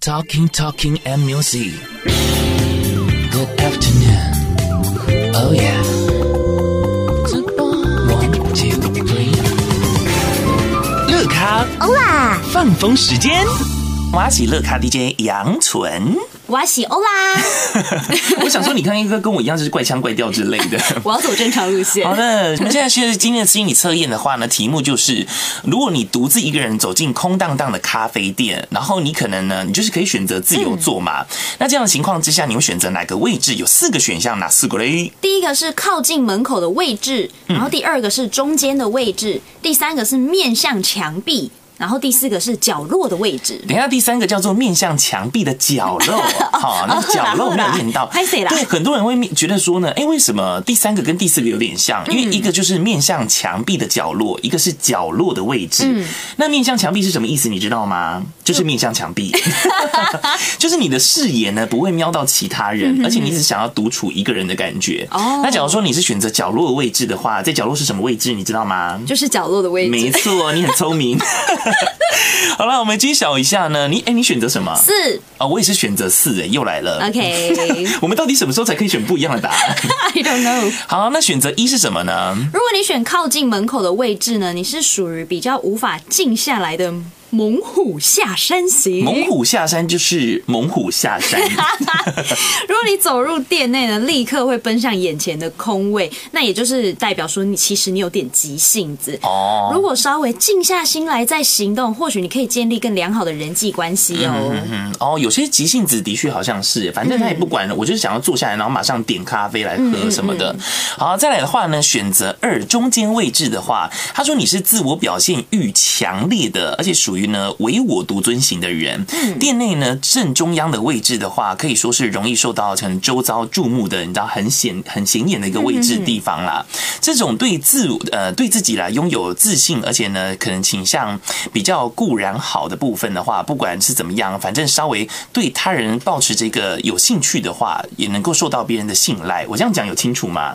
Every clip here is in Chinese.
talking, talking, and music. Good afternoon. Oh yeah. One, two, three. 乐咖哇，放风时间，我是乐咖 DJ 杨 纯。我喜欧啦！ 我想说，你看一个跟我一样就是怪腔怪调之类的。我要走正常路线好。的，我们现在是今天的心理测验的话呢，题目就是：如果你独自一个人走进空荡荡的咖啡店，然后你可能呢，你就是可以选择自由坐嘛。那这样的情况之下，你会选择哪个位置？有四个选项，哪四个嘞？第一个是靠近门口的位置，然后第二个是中间的位置，第三个是面向墙壁，然后第四个是角落的位置。等一下，第三个叫做面向墙壁的角 落，好、那个角落没有念到，哦拍谁啦对，很多人会觉得说呢，哎、为什么第三个跟第四个有点像？嗯因为一个就是面向墙壁的角落，一个是角落的位置。嗯那面向墙壁是什么意思？你知道吗？就是面向墙壁， 就是你的视野呢不会瞄到其他嗯人，而且你只想要独处一个人的感觉。哦那假如说你是选择角落的位置的话，在角落是什么位置？你知道吗？就是角落的位没置。错，哦你很聪明。 好了，我们揭晓一下呢。你哎、你选择什么？啊、四我也是选择四哎，又来了。 ，OK，I 我们到底什么时候才可以选不一样的答案？ don't know。好，啊那选择一是什么呢？如果你选靠近门口的位置呢，你是属于比较无法静下来的猛虎下山型。猛虎下山就是猛虎下山，如果你走入店内呢，立刻会奔向眼前的空位，那也就是代表说你其实你有点急性子。哦如果稍微静下心来再行动，或许你可以建立更良好的人际关系哦。嗯哦，有些急性子的确好像是，反正他也不管了，我就是想要坐下来，然后马上点咖啡来喝什么的。好，再来的话呢，选择二中间位置的话，他说你是自我表现欲强烈的，而且属于呢唯我独尊型的人。店内呢正中央的位置的话，可以说是容易受到可能周遭注目的，你知道很显很显眼的一个位置地方嗯啦。这种对自我呃对自己来拥有自信，而且呢可能倾向比较固然好的部分的话，不管是怎么样，反正稍微对他人保持这个有兴趣的话，也能够受到别人的信赖。我这样讲有清楚 吗？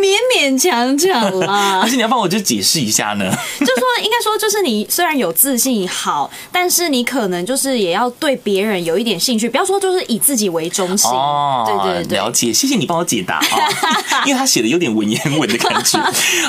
勉勉强强啦 而，且你要帮我就解释一下 呢。就说应该说就是你虽然有自信好，但是你可能就是也要对别人有一点兴趣，不要说就是以自己为中心。哦对对对了。解，谢谢你帮我解答 哦，因为他写的有点文言文的感觉。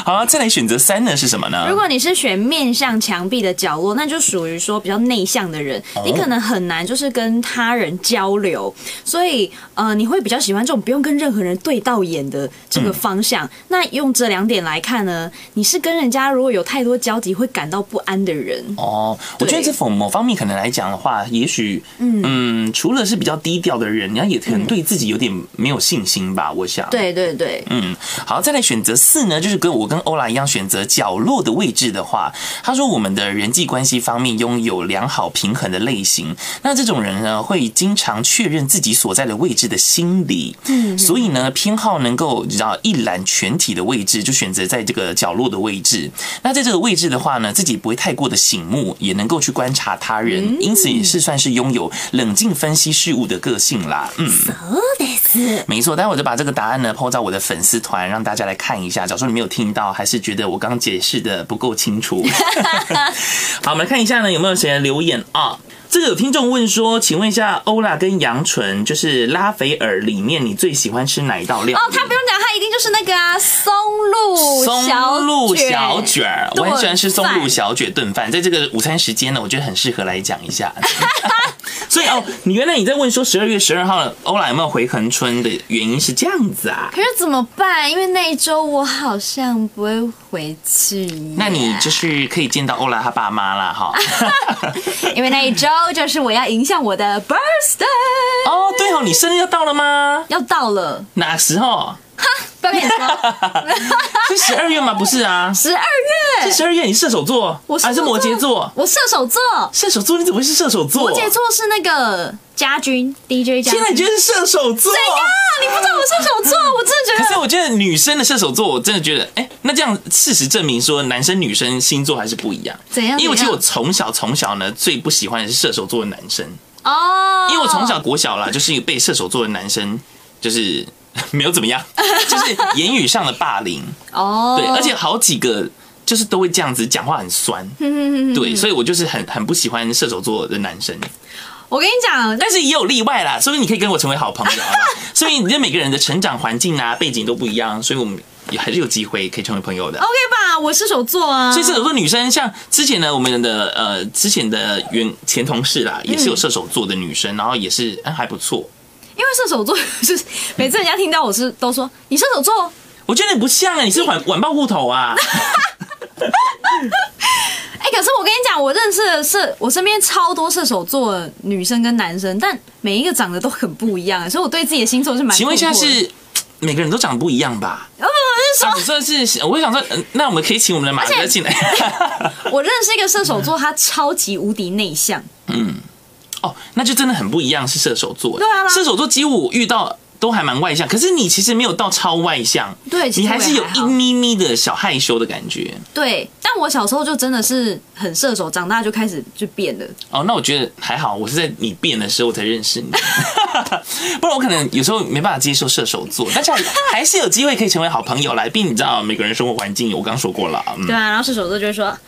好，再来选择三呢是什么呢？如果你是选面向墙壁的角落，那就属于说比较内向的人，你可能很难就是跟他人交流，所以呃，你会比较喜欢这种不用跟任何人对到眼的这个方向。嗯那用这两点来看呢，你是跟人家如果有太多交集会感到不安的人。哦，我觉得对这某某方面可能来讲的话，也许，嗯除了是比较低调的人，然后也可能对自己有点没有信心吧，我想。。对对对，嗯，好，再来选择四呢，就是跟我跟欧拉一样选择角落的位置的话，他说我们的人际关系方面拥有良好平衡的类型，那这种人呢会经常确认自己所在的位置的心理，嗯，所以呢偏好能够你知道一览全体的位置，就选择在这个角落的位置。那在这个位置的话呢，自己不会太过的醒目，也能够去观察他人，因此也是算是拥有冷静分析事物的个性啦，嗯。没错，待会我就把这个答案呢抛到我的粉丝团，让大家来看一下。假如说你没有听到，还是觉得我刚解释的不够清 楚，好，我们来看一下呢有没有谁来留言啊？这个有听众问说，请问一下，欧拉跟杨纯，就是拉斐尔里面，你最喜欢吃哪一道料哦，理？他不用讲，他一定就是那个啊，松露松露卷小卷儿，我很喜欢吃松露炖饭小卷炖饭，在这个午餐时间呢，我觉得很适合来讲一下。 所以哦，你原来你在问说十二月十二号欧拉有没有回恒春的原因是这样子啊？可是怎么办？因为那一周我好像不会回去耶。那你就是可以见到欧拉他爸妈啦， 哈。因为那一周就是我要迎向我的 birthday，哦，对哦，你生日要到了吗？要到了，哪时 候？不要跟你说，是十二月吗？不是啊，十二月，十二月你射手座，我还是摩羯座？我射手座，射手座你怎么会是射手座？摩羯座是那个家军 DJ 现家军。在你就是射手座。啊，你不知道我射手座， 我真的可觉是得。我觉得女生的射手座，我真的觉得，哎、那这样事实证明说，男生女生星座还是不一样。怎样因为其实怎样我从小从小呢，最不喜欢的是射手座的男生。哦，因为我从小国小啦，就是被射手座的男生就是 没有怎么样，就是言语上的霸凌，哦，对，而且好几个。就是都会这样子，讲话很酸。嗯对，所以我就是很很不喜欢射手座的男生。我跟你讲，但是也有例外啦，所以你可以跟我成为好朋友好 不好所以你这每个人的成长环境啊、背景都不一样，所以我们也还是有机会可以成为朋友的。 OK 吧，我射手座啊，所以射手座女生，像之前呢，我们的呃之前的原前同事啦，嗯也是有射手座的女生，然后也是嗯还不错。因为射手座就是每次人家听到我是都说你射手座，我觉得你不像啊，你是晚晚报户头 啊，哎、可是我跟你讲，我认识的射，我身边超多射手座的女生跟男生，但每一个长得都很不一样，所以我对自己的星座是蛮……请问一下困惑的是每个人都长得不一样 吧？呃不啊不，你是说的是，我想说，嗯那我们可以请我们的马 哥进来。说我认识一个射手座，他超级无敌内向，哦，那就真的很不一样，是射手座。对啊射手座几乎我遇到都还蛮外向，可是你其实没有到超外向， 对，其你实我还也是有一好咪咪的小害羞的感觉。对，但我小时候就真的是很射手，长大就开始就变了。哦，那我觉得还好，我是在你变的时候才认识 你，不然我可能有时候没办法接受射手座，但是还 还是有机会可以成为好朋友来，毕竟你知道每个人生活环境，我刚说过了，嗯。对啊，然后射手座就会说啊，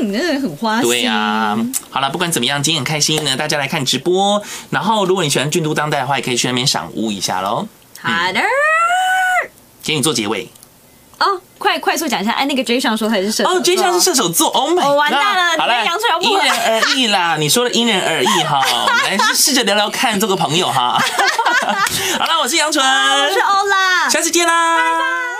你真的很花心。对呀、好了，不管怎么样，今天很开心呢，大家来看直播。然后，如果你喜欢俊都当代的话，也可以去那边赏屋一下喽。好的。给你做结尾哦，快快速讲一下，哎，那个 J 上说他也是射手哦座， ，J 上是射手座，Oh my，呃啊哦完蛋了 god 好你了，跟杨翠瑶不因合人而异啦，你说的因人而异 哈，我们来试着聊聊看，做个朋友哈。好了，我是杨纯，哦我是欧啦，下次见啦，拜拜。